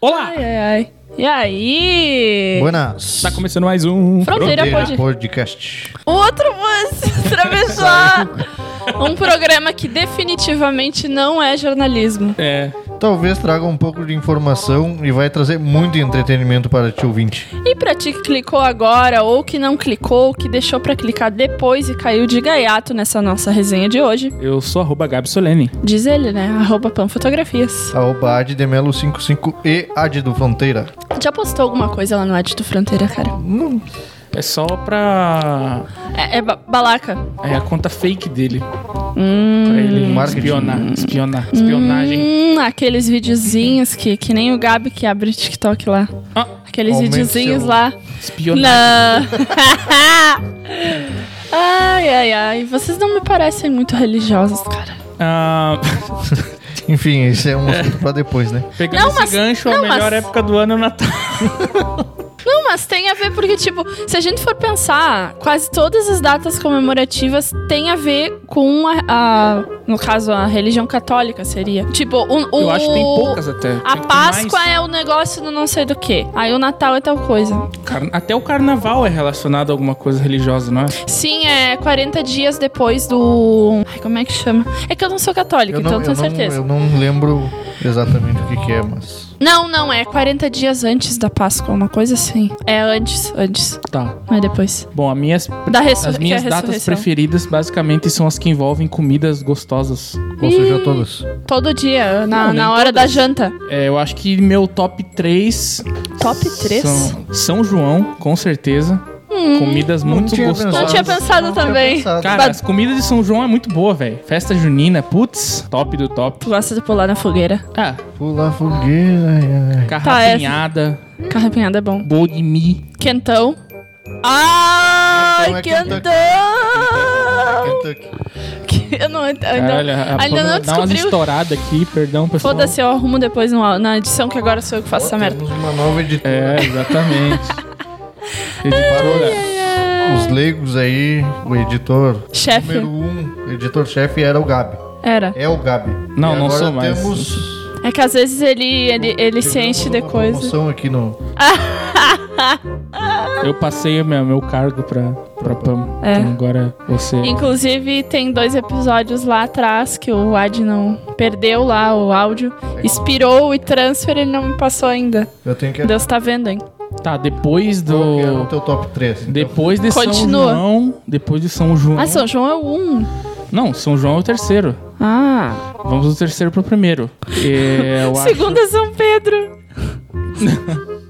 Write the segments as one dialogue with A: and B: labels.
A: Olá!
B: Ai, ai. E aí?
C: Buenas. é
A: Tá começando mais um.
B: Fronteira, Fronteira pode...
C: Podcast.
B: Um Outro Mance Travessou! um programa que definitivamente não é jornalismo.
A: É.
C: Talvez traga um pouco de informação e vai trazer muito entretenimento para ti ouvinte.
B: E pra ti que clicou agora, ou que não clicou, que deixou pra clicar depois e caiu de gaiato nessa nossa resenha de hoje,
A: Eu sou arroba Gabi Solene.
B: diz ele, né? Arroba panfotografias.
C: Arroba Ad de Melo 55 e Ad do Fronteira.
B: Já postou alguma coisa lá no Ad do Fronteira, cara?
C: Não,
A: É só pra.
B: É, é ba- balaca.
A: É a conta fake dele.
B: Hum.
A: Pra ele
C: Marketing.
A: espionar. Espionar. Espionagem.
B: Hum, aqueles videozinhos que, que nem o Gabi que abre o TikTok lá.
A: Ah,
B: Aqueles
C: Aumenta
B: videozinhos
C: seu-
B: lá.
A: espionagem.
B: Não. ai, ai, ai. Vocês não me parecem muito religiosos, cara.
A: Ah,
C: enfim, esse é um assunto pra depois, né?
A: pegando
B: Não,
A: esse
B: mas-
A: gancho, a
B: não,
A: melhor
B: mas-
A: época do ano é o Natal.
B: Não, mas tem a ver porque, tipo, se a gente for pensar, quase todas as datas comemorativas têm a ver com a, a- no caso, a religião católica seria. Tipo, o, o-
A: Eu acho que tem poucas até. Tem
B: A
A: que ter
B: Páscoa
A: mais.
B: é o negócio do não sei do que. Aí o Natal é tal coisa.
A: Car- Até o carnaval é relacionado a alguma coisa religiosa, não é?
B: Sim, é 40 dias depois do. Ai, como é que chama? É que eu não sou católica, então eu tenho
C: eu, não,
B: certeza.
C: eu não lembro exatamente o que, que é, mas.
B: Não, não, é 40 dias antes da Páscoa, uma coisa assim. É antes, antes,
A: Tá.
B: não é depois.
A: Bom, as minhas,
B: Da ressu
A: as
B: que é a
A: minhas datas
B: ressurreição.
A: preferidas basicamente são as que envolvem comidas gostosas.
C: Ou seja, todos.
B: Todo dia, na,
A: Não, nem
B: na hora da janta.
A: É, eu acho que meu top 3.
B: Top três? Hum,
A: São, São João, com certeza. Comidas
C: Não
A: muito
C: tinha
A: gostosas.
C: pensado.
B: Não tinha pensado
C: Não tinha
B: também.
C: pensado.
A: Cara,
B: Bad-
A: as comidas de São João é muito boa, velho. Festa junina, putz, top do top.
B: Tu gosta de pular na fogueira.
A: Ah,
C: Pula a fogueira. ai, ai.
A: carrafinhada,
B: Carrapinhada é bom.
A: bol de mi.
B: Quentão. Ai,
C: Quentão é
B: quentão!
C: Kentucky.
B: Que- Eu não, ainda,
A: Caralho, a
B: ainda
A: Pamela
B: não
A: dá umas
B: descobri. o-
A: estouradas aqui, perdão, pessoal.
B: Foda-se, eu arrumo depois no- na edição que agora sou eu que faço essa merda.
C: Temos uma nova editora.
A: É, exatamente. né? Editora. É.
C: Os leigos aí, o editor
B: Chefe,
C: número um, editor-chefe era o Gabi.
B: era.
C: É o Gabi.
A: Não,
C: E
A: não
C: agora
A: sou mais.
C: Temos
B: É que às vezes ele, ele, ele se enche de coisa.
C: promoção aqui no
A: Eu passei meu, meu cargo pra, pra Pam.
B: É.
A: Então agora você.
B: Inclusive, tem dois episódios lá atrás que o Ad não perdeu lá o áudio. Expirou e transfer ele não me passou ainda.
C: Eu tenho que
B: Deus tá vendo, hein?
A: Tá, depois
C: Qual que era o
A: do.
C: teu top então. 3.
A: Depois de São
B: Continua.
A: João. Depois de São João.
B: Ah, São João é o um.
A: Não, São João é o terceiro.
B: Ah.
A: Vamos do terceiro pro primeiro. É, eu acho-
B: Segundo é São Pedro.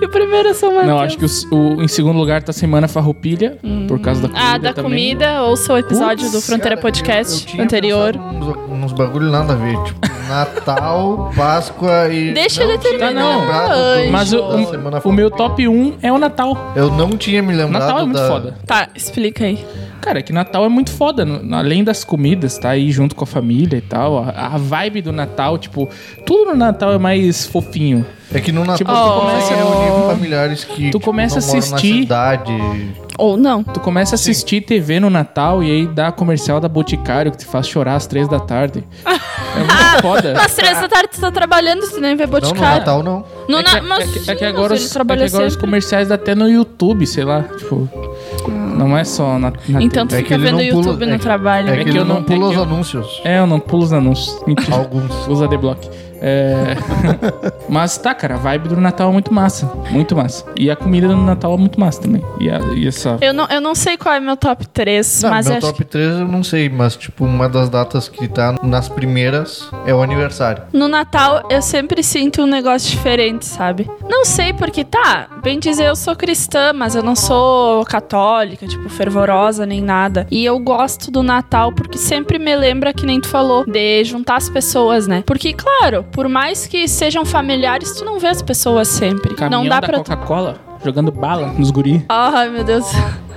B: e o primeiro é São Mateus.
A: Não, acho que o, o- em segundo lugar tá Semana Farroupilha, por causa da comida
B: Ah, da
A: também.
B: comida, ouça o episódio
A: Putz,
B: do Fronteira Podcast anterior.
C: Uns, uns bagulho nada a ver, tipo Natal, Páscoa e.
B: Deixa ele terminar,
A: não.
C: não.
A: Mas o,
C: Da semana
A: o, o meu top 1 é o Natal.
C: Eu não tinha me lembrado.
A: Natal é muito
C: da...
A: foda.
B: Tá, explica aí.
A: Cara, é que Natal é muito foda. no- Além das comidas, tá aí junto com a família e tal. A, a vibe do Natal, tipo, tudo no Natal é mais fofinho.
C: É que no Natal
A: Tipo,
B: tu
C: tu começa
B: começa-
C: a reunir familiares que. tipo,
A: Tu começa a
C: não moram
A: assistir-
C: Na cidade.
B: Ou não.
A: Tu começa a assistir TV no Natal e aí dá comercial da Boticário que te faz chorar às três da tarde. é muito foda.
B: Nas três da tarde tu tá trabalhando, tu nem vê
C: Não, no
B: boticário.
C: Natal não.
B: No
A: é, que,
B: na-
A: é que-
B: mas
A: é que
B: sim, mas
A: agora,
B: ele
A: os, é que
B: trabalha
A: agora os
B: sempre.
A: comerciais dá até no YouTube, sei lá. Tipo, não é só na, na
B: Então tu
C: É que
B: fica
C: ele
B: vendo
C: não pula-
B: YouTube
C: é
B: no
C: que-
B: trabalho. né?
C: É que,
A: que
C: ele
A: eu
C: não,
A: não- é
C: pula
A: que
C: os
A: eu-
C: anúncios.
A: É, eu não pulo os anúncios. Mentira.
C: Alguns.
A: Usa adblock. É... Mas tá, cara, a vibe do Natal é muito massa. Muito massa. E a comida do Natal é muito massa também. E, a- e essa.
B: Eu não, eu não sei qual é meu top 3,
C: Não,
B: mas eu
C: meu
B: acho
C: top 3 eu não sei, mas tipo, uma das datas que tá nas primeiras é o aniversário.
B: que no Natal eu sempre sinto um negócio diferente, sabe? Não sei porque, tá, bem dizer, eu sou cristã, mas eu não sou católica, tipo, fervorosa nem nada. E eu gosto do Natal porque sempre me lembra, que nem tu falou, de juntar as pessoas, né? Porque, claro, por mais que sejam familiares, tu não vê as pessoas sempre.
A: Caminhão
B: não dá
A: da
B: pra. tu-
A: Coca-Cola jogando bala nos guri.
B: Ai, meu Deus.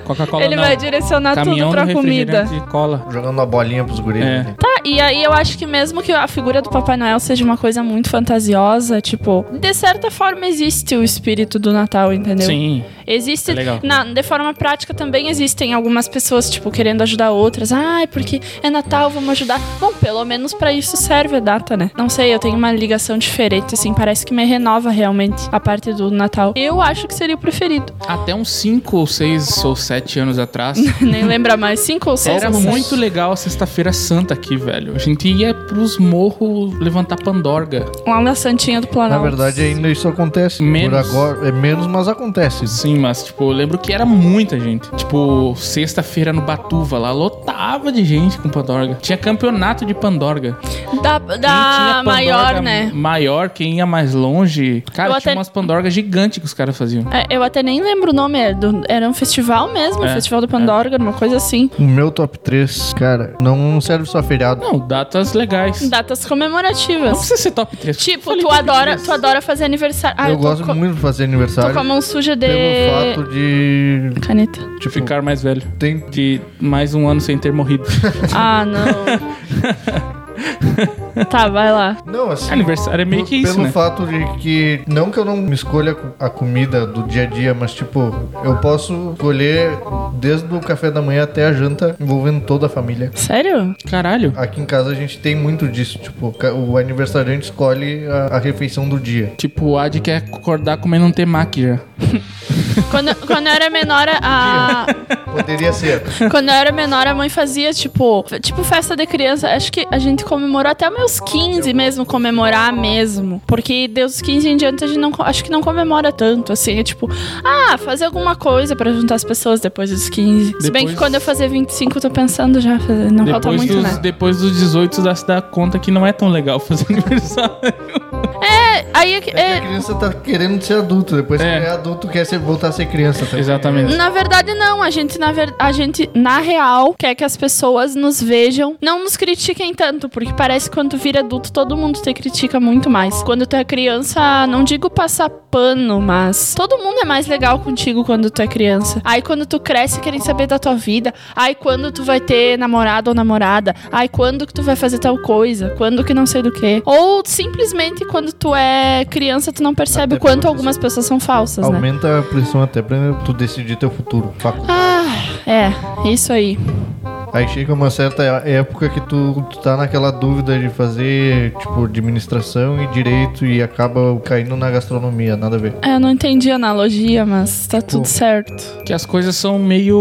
A: Coca-Cola
B: Ele
A: não.
B: vai direcionar
A: Caminhão
B: tudo pra
A: do
B: comida.
A: refrigerante e cola.
C: Jogando a bolinha pros guris.
A: É.
C: né?
B: Tá, e aí eu acho que mesmo que a figura do Papai Noel seja uma coisa muito fantasiosa, tipo, de certa forma existe o espírito do Natal, entendeu?
A: Sim.
B: Existe.
A: É legal.
B: na- de forma prática também existem algumas pessoas, tipo, querendo ajudar outras. Ai, porque é Natal, vamos ajudar. Bom, pelo menos pra isso serve a data, né? Não sei, eu tenho uma ligação diferente, assim, parece que me renova realmente a parte do Natal. Eu acho que seria o preferido.
A: Até uns 5 ou 6 ou 7 anos atrás,
B: Nem lembra mais, cinco ou seis.
A: Era
B: não sei.
A: muito legal a Sexta-feira Santa aqui, velho. A gente ia pros morros levantar pandorga.
B: Lá na Santinha do Planalto.
C: Na verdade, ainda isso acontece.
A: Menos.
C: Por agora, é menos, mas acontece.
A: Sim, mas, tipo, eu lembro que era muita gente. Tipo, sexta-feira no Batuva lá, lotava de gente com pandorga. Tinha campeonato de pandorga.
B: Da,
A: Quem tinha
B: da
A: pandorga
B: Ah, maior, né?
A: Maior, quem ia mais longe. Cara,
B: Eu
A: tinha
B: até-
A: umas pandorgas gigantes que os caras faziam.
B: É, eu até nem lembro o nome, é do- era um festival mesmo,
A: É,
B: Festival do Pandorga, uma coisa assim.
C: O meu top 3, cara, não serve só feriado.
A: Não, datas legais.
B: Datas
A: Não
B: comemorativas.
A: precisa ser top 3.
B: Tipo, tu adora, tu adora fazer aniversário. Ah,
C: eu
B: tô
C: gosto
B: co-
C: muito de fazer
B: Tô
C: aniversário
B: com a mão suja de.
C: pelo fato de.
B: Caneta.
C: Tipo,
A: Ficar mais velho.
C: tem.
A: De mais um ano sem ter morrido.
B: Ah, não. tá, vai lá.
C: Não, assim.
A: Aniversário é meio que isso,
C: pelo
A: né?
C: fato de que, não que eu não escolha a comida do dia a dia, mas tipo, eu posso escolher desde o café da manhã até a janta, envolvendo toda a família.
B: Sério?
A: Caralho.
C: Aqui em casa a gente tem muito disso, tipo, ca- o aniversariante escolhe a, a refeição do dia.
A: Tipo, o Ad quer acordar comendo um temaki já.
B: Quando, quando eu era menor, a.
C: Poderia ser.
B: Quando eu era menor, a mãe fazia, tipo, f- tipo festa de criança. Acho que a gente comemorou até meus 15 mesmo, comemorar mesmo. Porque dos 15 em diante a gente não, co- acho que não comemora tanto, assim. É tipo, ah, fazer alguma coisa pra juntar as pessoas depois dos 15. Se bem que
A: Depois-
B: quando eu fazer 25, eu tô pensando já, fazer- não falta
A: Depois
B: muito,
A: dos,
B: né?
A: depois dos 18, dá se dá conta que não é tão legal fazer aniversário.
B: É, aí é que-
C: É que a
B: é-
C: criança tá querendo ser adulto, depois
A: É.
C: que é adulto quer ser, voltar a ser criança também.
A: Exatamente.
B: Na verdade, não. A gente, na ver... a gente, na real, quer que as pessoas nos vejam. Não nos critiquem tanto, porque parece que quando tu vira adulto, todo mundo te critica muito mais. Quando tu é criança, não digo passar pano, mas todo mundo é mais legal contigo quando tu é criança. Aí quando tu cresce, querem saber da tua vida. Aí quando tu vai ter namorado ou namorada. Aí quando que tu vai fazer tal coisa. Quando que não sei do que. Ou simplesmente quando tu é criança, tu não percebe o
C: Até pela
B: quanto algumas pessoas são falsas, né?
C: Aumenta a pressão até pra tu decidir teu futuro. Facu-
B: Ah, é, isso aí.
C: Aí chega uma certa época que tu, tu tá naquela dúvida de fazer, tipo, administração e direito e acaba caindo na gastronomia, nada a ver.
B: É, Eu não entendi a analogia, mas tá tudo
C: Pô.
B: certo.
A: Que as coisas são meio.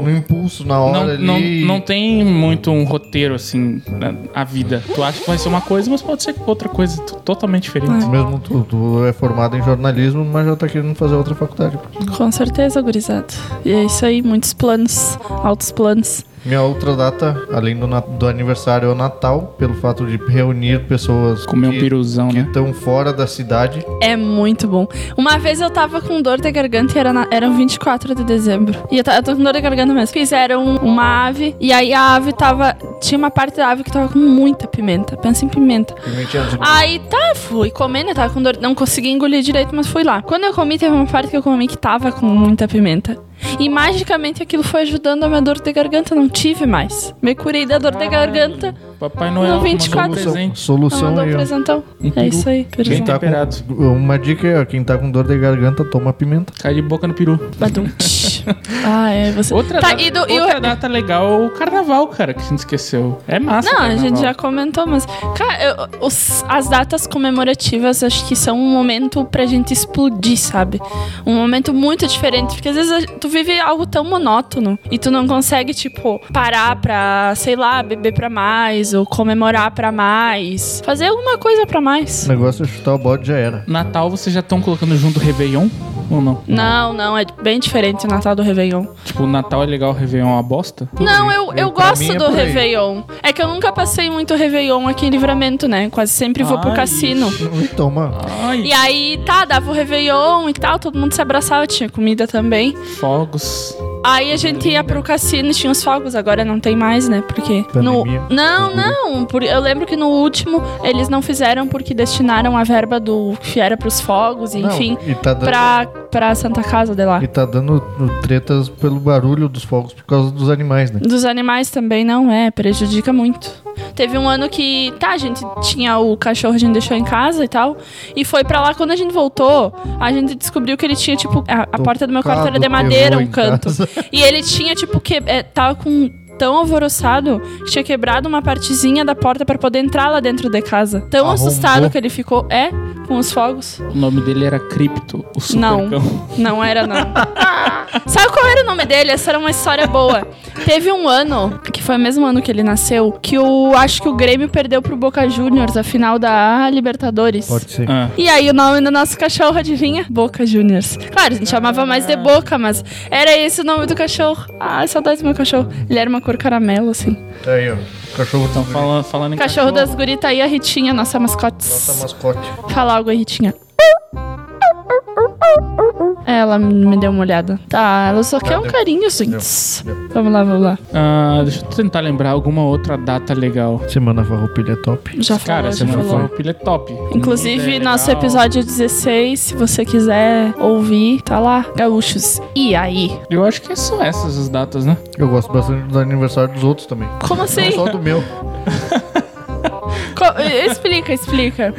C: Um impulso na
A: Não,
C: hora
A: não,
C: ali.
A: não tem muito um roteiro assim, na- a vida. Tu acha que vai ser uma coisa, mas pode ser outra coisa t- totalmente diferente.
C: Mesmo tu, tu é formado em jornalismo, mas já tá querendo fazer outra faculdade.
B: Com certeza, gurizado. E é isso aí, muitos planos, altos planos.
C: Minha outra data, além do, na- do aniversário, é o Natal, pelo fato de reunir pessoas
A: Comer um
C: que-
A: piruzão,
C: que
A: né?
C: estão fora da cidade.
B: É muito bom. Uma vez eu tava com dor de garganta e era, na, era 24 de dezembro. E eu, ta- eu tô com dor de garganta mesmo. Fizeram uma ave e aí a ave tava. Tinha uma parte da ave que tava com muita pimenta. Pensa em pimenta.
C: Pimentinha do-
B: Aí tá, fui comer, né? Tava com dor. Não consegui engolir direito, mas fui lá. Quando eu comi, teve uma parte que eu comi que tava com muita pimenta. E magicamente aquilo foi ajudando a minha dor de garganta. Não tive mais. Me curei da dor de garganta.
A: Papai Noel
B: No
A: mandou um
B: 24.
C: Solução,
A: presente.
B: Não
C: solução
B: mandou um
C: aí, ó.
B: presentão.
A: Um
B: É
A: peru.
B: isso aí.
A: Bem
C: Quem
B: presente.
C: tá
A: temperado.
C: com, uma dica é, ó, quem tá com dor de garganta, toma pimenta.
A: Cai de boca no peru.
B: Badum. Tch. ah, é. Você.
A: Outra,
B: Tá,
A: data,
B: e do- e o-
A: outra data legal é o carnaval, cara, que a gente esqueceu. É massa.
B: Não,
A: o
B: a gente
A: carnaval.
B: já comentou, mas. Cara, eu- os- as datas comemorativas acho que são um momento pra gente explodir, sabe? Um momento muito diferente. Porque às vezes a- tu vive algo tão monótono e tu não consegue, tipo, parar pra, sei lá, beber pra mais ou comemorar pra mais. Fazer alguma coisa pra mais.
C: O negócio é chutar o bode já era.
A: Natal vocês já estão colocando junto o Réveillon? Ou não?
B: Não, não, é bem diferente o Natal do Réveillon.
A: Tipo, Natal é legal, Réveillon é uma bosta?
B: Não, eu, eu
C: Eu, pra
B: gosto
C: mim, é
B: do
C: por aí.
B: Réveillon. É que eu nunca passei muito Réveillon aqui em livramento, né? Quase sempre vou pro
A: Ai,
B: cassino.
C: E toma.
A: Ai,
B: E aí, tá, dava o Réveillon e tal, todo mundo se abraçava, tinha comida também.
A: fogos.
B: Aí a gente ia pro cassino e tinha os fogos, agora não tem mais, né? Porque. No...
C: Pandemia.
B: Não, não. por- Eu lembro que no último eles não fizeram porque destinaram a verba do que era pros fogos,
C: Não,
B: enfim.
C: e tá dando,
B: Pra pra Santa Casa de lá.
C: E tá dando tretas pelo barulho dos fogos por causa dos animais, né?
B: Dos animais também não é, prejudica muito. Teve um ano que, tá, a gente tinha o cachorro, a gente deixou em casa e tal, e foi pra lá. Quando a gente voltou, a gente descobriu que ele tinha, tipo, a, a porta do meu quarto era de
C: Tocado
B: madeira,
C: terror
B: um
C: em
B: canto.
C: casa.
B: E ele tinha, tipo, que é, tava com tão alvoroçado que tinha quebrado uma partezinha da porta pra poder entrar lá dentro de casa. Tão
C: Arrombou.
B: assustado que ele ficou, é, com os fogos.
A: O nome dele era Cripto, o super
B: Não.
A: cão.
B: Não era, não. Sabe qual era o nome dele? Essa era uma história boa. Teve um ano, que foi o mesmo ano que ele nasceu, que o acho que o Grêmio perdeu pro Boca Juniors a final da Libertadores.
C: Pode ser.
A: Ah,
B: E aí o nome do nosso cachorro, adivinha? Boca Juniors. Claro, a gente chamava mais de Boca, mas era esse o nome do cachorro. Ah, saudades do meu cachorro. Ele era uma cor caramelo, assim.
C: Tá aí, ó. Cachorro
A: então falando, falando em
B: Cachorro das guritas aí, a Ritinha, nossa mascote.
C: Nossa mascote.
B: Fala algo aí, Ritinha. É, Ela me deu uma olhada. Tá, ela só quer um
C: deu.
B: carinho, gente. Vamos lá, vamos lá.
A: Ah, deixa eu tentar lembrar alguma outra data legal.
C: Semana Farroupilha é top.
B: Já falou,
A: Cara,
B: já
A: semana
B: falou.
A: farroupilha é top.
B: Inclusive,
A: É
B: nosso
A: legal.
B: episódio 16, se você quiser ouvir, tá lá. Gaúchos, e aí?
A: Eu acho que são essas as datas, né?
C: Eu gosto bastante do aniversário dos outros também.
B: Como assim?
C: Não é só do meu.
B: Co- explica, explica.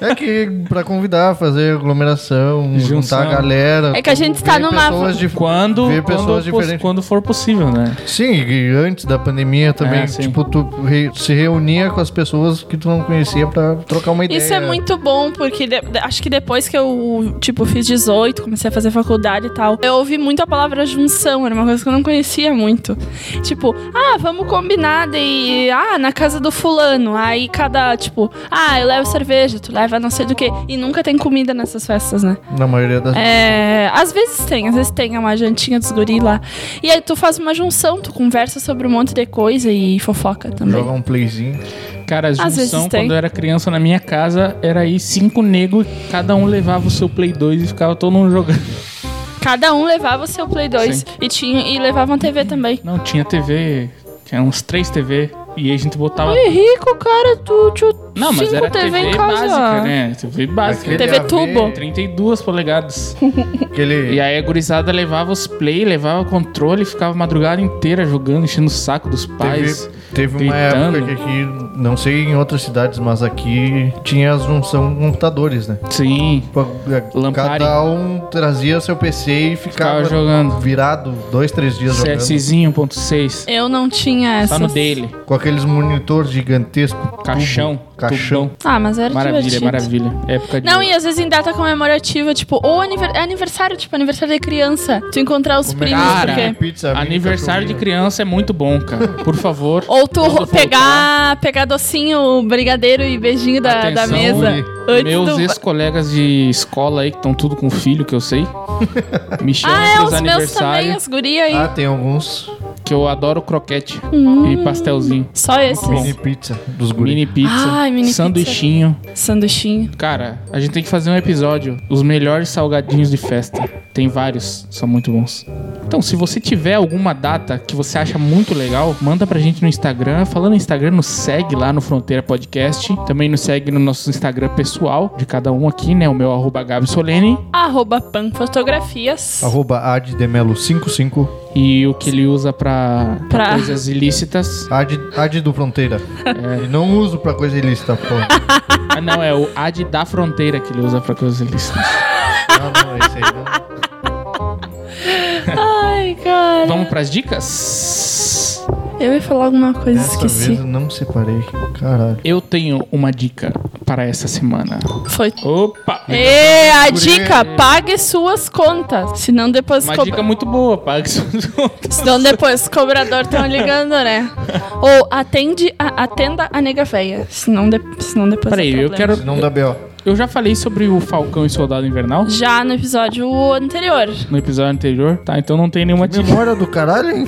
C: É que pra convidar, fazer aglomeração,
A: Junção.
C: juntar a galera.
B: É que a gente tá
C: ver
B: numa-
C: pessoas dif-
A: Quando,
C: Ver
A: quando, pos-
C: pessoas diferentes.
A: quando for possível, né?
C: Sim, e antes da pandemia também,
A: É, sim.
C: tipo, tu re- se reunia com as pessoas que tu não conhecia pra trocar uma ideia.
B: Isso é muito bom, porque de- de- acho que depois que eu, tipo, fiz 18, comecei a fazer faculdade e tal, eu ouvi muito a palavra junção, era uma coisa que eu não conhecia muito. Tipo, ah, vamos combinar de... Ah, na casa do fulano. Aí cada, tipo, ah, eu levo cerveja, tu leva não sei do que. E nunca tem comida nessas festas, né?
C: Na maioria das
B: É, às vezes tem, às vezes tem uma jantinha dos guri lá. E aí tu faz uma junção, tu conversa sobre um monte de coisa e fofoca também.
C: Jogar um playzinho.
A: Cara, a
B: Às
A: junção,
B: vezes tem.
A: quando eu era criança na minha casa, era aí cinco negros, cada um levava o seu Play 2 e ficava todo mundo jogando.
B: Cada um levava o seu Play 2
A: Sim.
B: e, tinha, e levava uma TV também.
A: Não, tinha TV, tinha uns três TV, e aí a gente botava...
B: Que é rico, cara, tu tinha
A: Não, mas
B: cinco
A: era
B: TV em casa.
A: básica, né? TV básica.
C: Aquele
B: TV
C: AV,
B: tubo.
A: 32 polegadas.
C: Aquele...
A: E aí a gurizada levava os play, levava o controle, ficava a madrugada inteira jogando, enchendo o saco dos pais.
C: Teve, teve uma
A: gritando.
C: época que aqui, não sei em outras cidades, mas aqui tinha as junção com computadores, né?
A: Sim,
C: Tipo,
A: Lampari.
C: Cada um trazia seu PC e
A: ficava
C: ficava
A: jogando.
C: virado dois, três dias jogando.
A: CSzinho 1.6.
B: Eu não tinha essa.
A: Só Tá no dele.
C: Com aqueles monitor gigantesco. tubo,
A: Caixão.
C: Caixão.
A: tubão.
B: Ah, mas era
A: Maravilha,
B: divertido.
A: maravilha. Época de.
B: Não, e às vezes em data comemorativa, tipo, ou aniver- aniversário, tipo, aniversário de criança. Tu encontrar os
C: Comer
A: é?
B: primos,
A: Cara.
B: porque...
C: pizza, amigo,
A: Aniversário de
C: cachorrinho.
A: criança é muito bom, cara. Por favor.
B: Ou tu
A: quando
B: ro-
A: voltar,
B: pegar, pegar docinho, brigadeiro e beijinho da, da
A: atenção,
B: mesa.
A: guri.
B: Antes
A: Meus
B: do...
A: ex-colegas de escola aí, que estão tudo com filho, que eu sei. Me chamam
B: Ah, é,
A: pros
B: os meus também,
A: aniversários,
B: os guri aí.
C: Ah, tem alguns.
A: que eu adoro croquete
B: Hum.
A: e pastelzinho.
B: Só esses.
C: Mini pizza dos guris.
A: Mini pizza,
B: Ai, mini pizza.
A: sanduichinho.
B: Sanduichinho.
A: Cara, a gente tem que fazer um episódio. Os melhores salgadinhos de festa. Tem vários, são muito bons. Então, se você tiver alguma data que você acha muito legal, manda pra gente no Instagram. Falando no Instagram, nos segue lá no Fronteira Podcast. Também nos segue no nosso Instagram pessoal, de cada um aqui, né? O meu arroba Gabi Solene.
B: Arroba Pan Fotografias.
C: Arroba addemelo55.
A: E o que ele usa pra, pra
B: Pra-
A: coisas ilícitas.
C: Ad, ad do Fronteira.
A: É.
C: E não uso pra coisa ilícita, pô.
A: ah, não, é o Ad da Fronteira que ele usa pra coisas ilícitas.
C: Não, Ah, não, esse aí não.
B: Ai, cara.
A: Vamos pras dicas?
B: Eu ia falar alguma coisa,
C: Dessa
B: esqueci.
C: vez eu não separei. Caralho.
A: Eu tenho uma dica para essa semana.
B: Foi.
A: Opa!
B: E a
C: Guri.
B: dica, pague suas contas. Senão depois
A: Uma
B: cobra-
A: dica muito boa, Pax.
B: Senão depois os cobrador estão ligando, né? Ou atende a, atenda a nega feia. Senão, de, senão depois. dá
A: Peraí, eu
B: problema.
A: quero.
C: Se não dá B.O.
A: Eu já falei sobre o Falcão e Soldado Invernal
B: Já no episódio anterior.
A: no episódio anterior, tá? Então não tem nenhuma dica.
C: Memória do caralho, hein?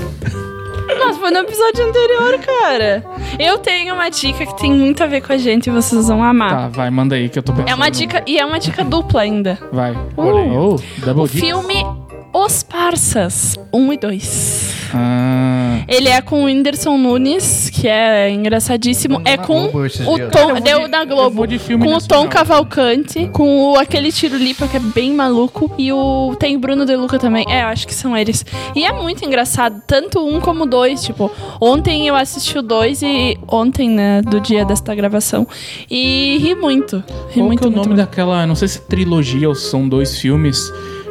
B: Nossa, foi no episódio anterior, cara. Eu tenho uma dica que tem muito a ver com a gente e vocês vão amar.
A: Tá, vai, manda aí que eu tô pensando.
B: É uma dica, e é uma dica dupla ainda.
A: Vai.
B: Olha aí.
A: Oh, double
B: O
A: dica.
B: filme Os Parsas 1 e 2.
A: Ah,
B: Ele é com o Whindersson Nunes, que é engraçadíssimo.
C: Deu
B: É
C: na
B: com
C: Globo esses
B: o
C: dias.
A: Eu
B: Tom.
A: vou
B: Deu
A: de-
B: da
A: eu vou
B: Globo.
A: de filme
B: Com o
A: nacional.
B: Tom Cavalcante, com o, aquele tiro lipa que é bem maluco. E o. Tem Bruno De Luca também. É, eu acho que são eles. E é muito engraçado, tanto um como dois. Tipo, ontem eu assisti o dois e. Ontem, né? Do dia desta gravação. E ri muito. Ri
A: qual
B: muito.
A: que é o
B: muito,
A: nome
B: muito.
A: daquela, não sei se é trilogia ou são dois filmes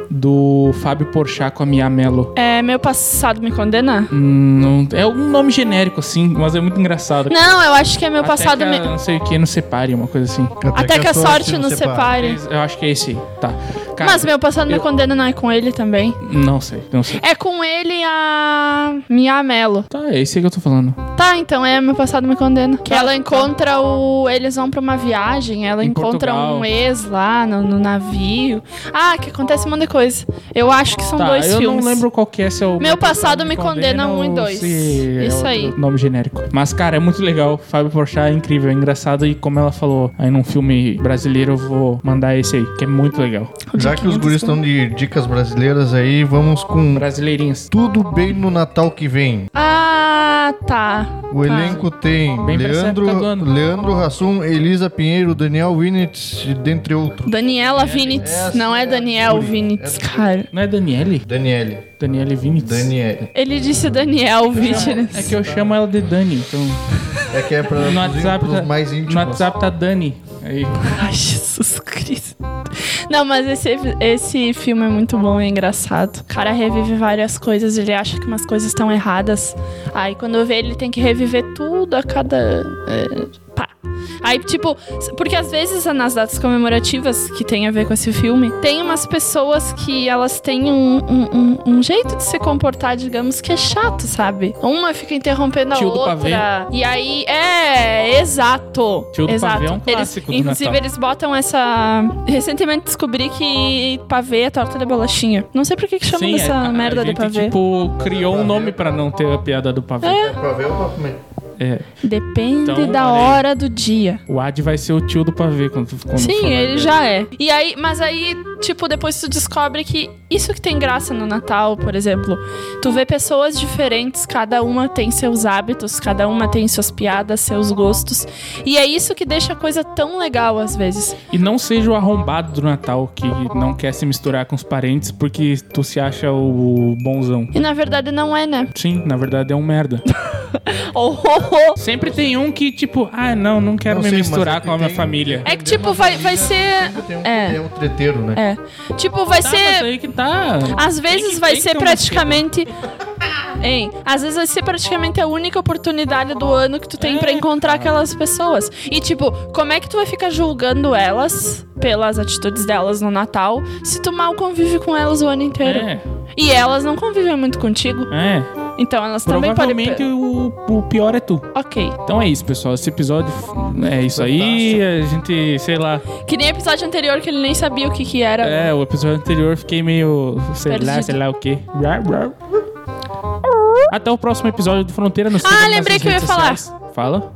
A: do Fábio Porchat com a Mia Mello.
B: É, meu passado me condena?
A: Hum, não- é um nome genérico assim, mas é muito engraçado.
B: Não, eu acho que é meu
A: Até
B: passado
A: que a-
B: me.
A: não sei o que, não separe, uma coisa assim.
B: Até que a sorte
C: não
B: nos separe.
A: Eu acho que é esse, aí. tá. Cara,
B: Mas meu passado me
A: eu-
B: condena não é com ele também.
A: não sei, não sei.
B: É com ele e a Mia Mello.
A: Tá, é esse aí que eu tô falando.
B: Tá, então é meu passado me condena. Que ela encontra o. Eles vão pra uma viagem, ela
A: Tá, Em
B: encontra
A: Portugal.
B: um ex lá no, no navio. Ah, que acontece um monte de coisa. Eu acho que são
A: tá,
B: dois
A: eu
B: filmes.
A: não lembro qual que é se é o
B: Meu passado me condena
A: ou
B: um e dois.
A: se é
B: Isso
A: outro
B: aí.
A: Nome genérico. Mas, cara, é muito legal. Fábio Porchat é incrível, é engraçado. E como ela falou, aí num filme brasileiro eu vou mandar esse aí, que é muito legal.
B: Um
C: Já que os guris estão de dicas brasileiras aí, vamos com
A: Brasileirinhas.
C: Tudo Bem no Natal que vem.
B: Ah, tá.
C: O
B: tá.
C: elenco tem
A: Bem pra essa
C: Leandro,
A: época do ano.
C: Leandro Hassum, Elisa Pinheiro, Daniel Winitz, e dentre outros.
B: Daniela Vinitz.
C: Essa
B: não é
C: é a
B: Daniel
C: Yuri.
B: Vinitz,
C: Essa-
B: cara.
A: Não é Daniele?
C: Daniele.
A: Daniele Vinitz?
C: Daniele.
B: Ele disse Daniel Vinitz.
A: É que eu chamo ela de Dani, então.
C: É que é para
A: No WhatsApp, tá,
C: os mais íntimos.
A: no WhatsApp tá Dani. Aí.
B: Ai, Jesus Cristo. Não, mas esse, esse filme é muito bom e engraçado. O cara revive várias coisas, ele acha que umas coisas estão erradas. Aí quando vê, ele tem que reviver tudo a cada. é, pá. Aí, tipo, porque às vezes nas datas comemorativas que tem a ver com esse filme, tem umas pessoas que elas têm um, um- um- um jeito de se comportar, digamos, que é chato, sabe? Uma fica interrompendo a
A: Tio do
B: outra.
A: pavê.
B: E aí, é, exato.
A: Tio do
B: exato.
A: pavê é um
B: Eles-
A: clássico do
B: inclusive,
A: Natal.
B: eles botam essa. Recentemente descobri que pavê é torta de bolachinha. Não sei por que, que chamam
A: Sim, é,
B: dessa
A: a, a
B: merda
A: gente,
B: de pavê.
A: tipo, criou um nome pra não ter a piada do pavê.
C: É pra ver ou pra comer?
A: É.
B: Depende
A: Então,
B: da
A: olha aí.
B: hora do dia.
A: O Ad vai ser o tio do pavê quando, quando
B: Sim,
A: falar
B: ele
A: dele.
B: já é. E aí, mas aí, tipo, depois tu descobre que isso que tem graça no Natal, por exemplo. Tu vê pessoas diferentes, cada uma tem seus hábitos, cada uma tem suas piadas, seus gostos. E é isso que deixa a coisa tão legal às vezes.
A: E não seja o arrombado do Natal que não quer se misturar com os parentes porque tu se acha o bonzão.
B: E na verdade não é, né?
A: Sim, na verdade é um merda.
B: Oh, oh, oh.
A: Sempre tem um que, tipo, ah, não, não quero
C: Não
A: me
C: sei, mas
A: misturar
C: tem-
A: com a minha
C: tem- um
A: família.
B: É que, tipo, vai, vai ser.
C: Sempre Tem um
B: É.
C: que é o treteiro, né?
B: É. Tipo, vai
A: Tá, mas
B: ser.
A: aí que tá.
B: Às vezes
A: que-
B: vai
A: tem que
B: ser
A: ter uma
B: praticamente. Hein? Às vezes vai ser praticamente a única oportunidade do ano que tu tem
A: É,
B: pra encontrar aquelas pessoas. E tipo, como é que tu vai ficar julgando elas pelas atitudes delas no Natal se tu mal convive com elas o ano inteiro?
A: É,
B: E elas não convivem muito contigo,
A: é.
B: então elas também podem.
A: Provavelmente o, o pior é tu.
B: Ok.
A: Então é isso, pessoal. Esse episódio é isso aí. A gente, sei lá.
B: Que nem episódio anterior que ele nem sabia o que que era.
A: É, o episódio anterior eu fiquei meio. sei lá,
B: Perdido.
A: sei lá o quê. Rá, rá. Até o próximo episódio do Fronteira no
B: Ah, lembrei que eu ia falar.
A: Fala.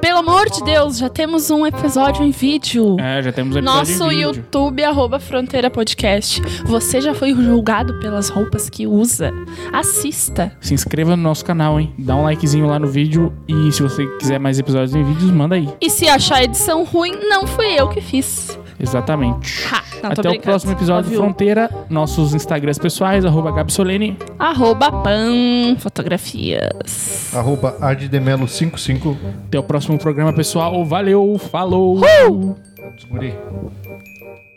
B: Pelo amor de Deus, já temos um episódio em vídeo.
A: É, já temos um episódio
B: Nosso
A: em vídeo.
B: YouTube, arroba Fronteira Podcast. Você já foi julgado pelas roupas que usa? Assista.
A: Se inscreva no nosso canal, hein? Dá um likezinho lá no vídeo e se você quiser mais episódios em vídeos, manda aí.
B: E se achar a edição ruim, não fui eu que fiz.
A: Exatamente.
B: Ha, não,
A: Até
B: tô
A: o
B: brincando.
A: próximo episódio do
B: Óbvio.
A: Fronteira. Nossos Instagrams pessoais, arroba Gabi Solene.
B: Arroba Pan Fotografias.
C: Arroba Addemelo55.
A: Até o próximo programa, pessoal. Valeu, falou!
C: Desguri.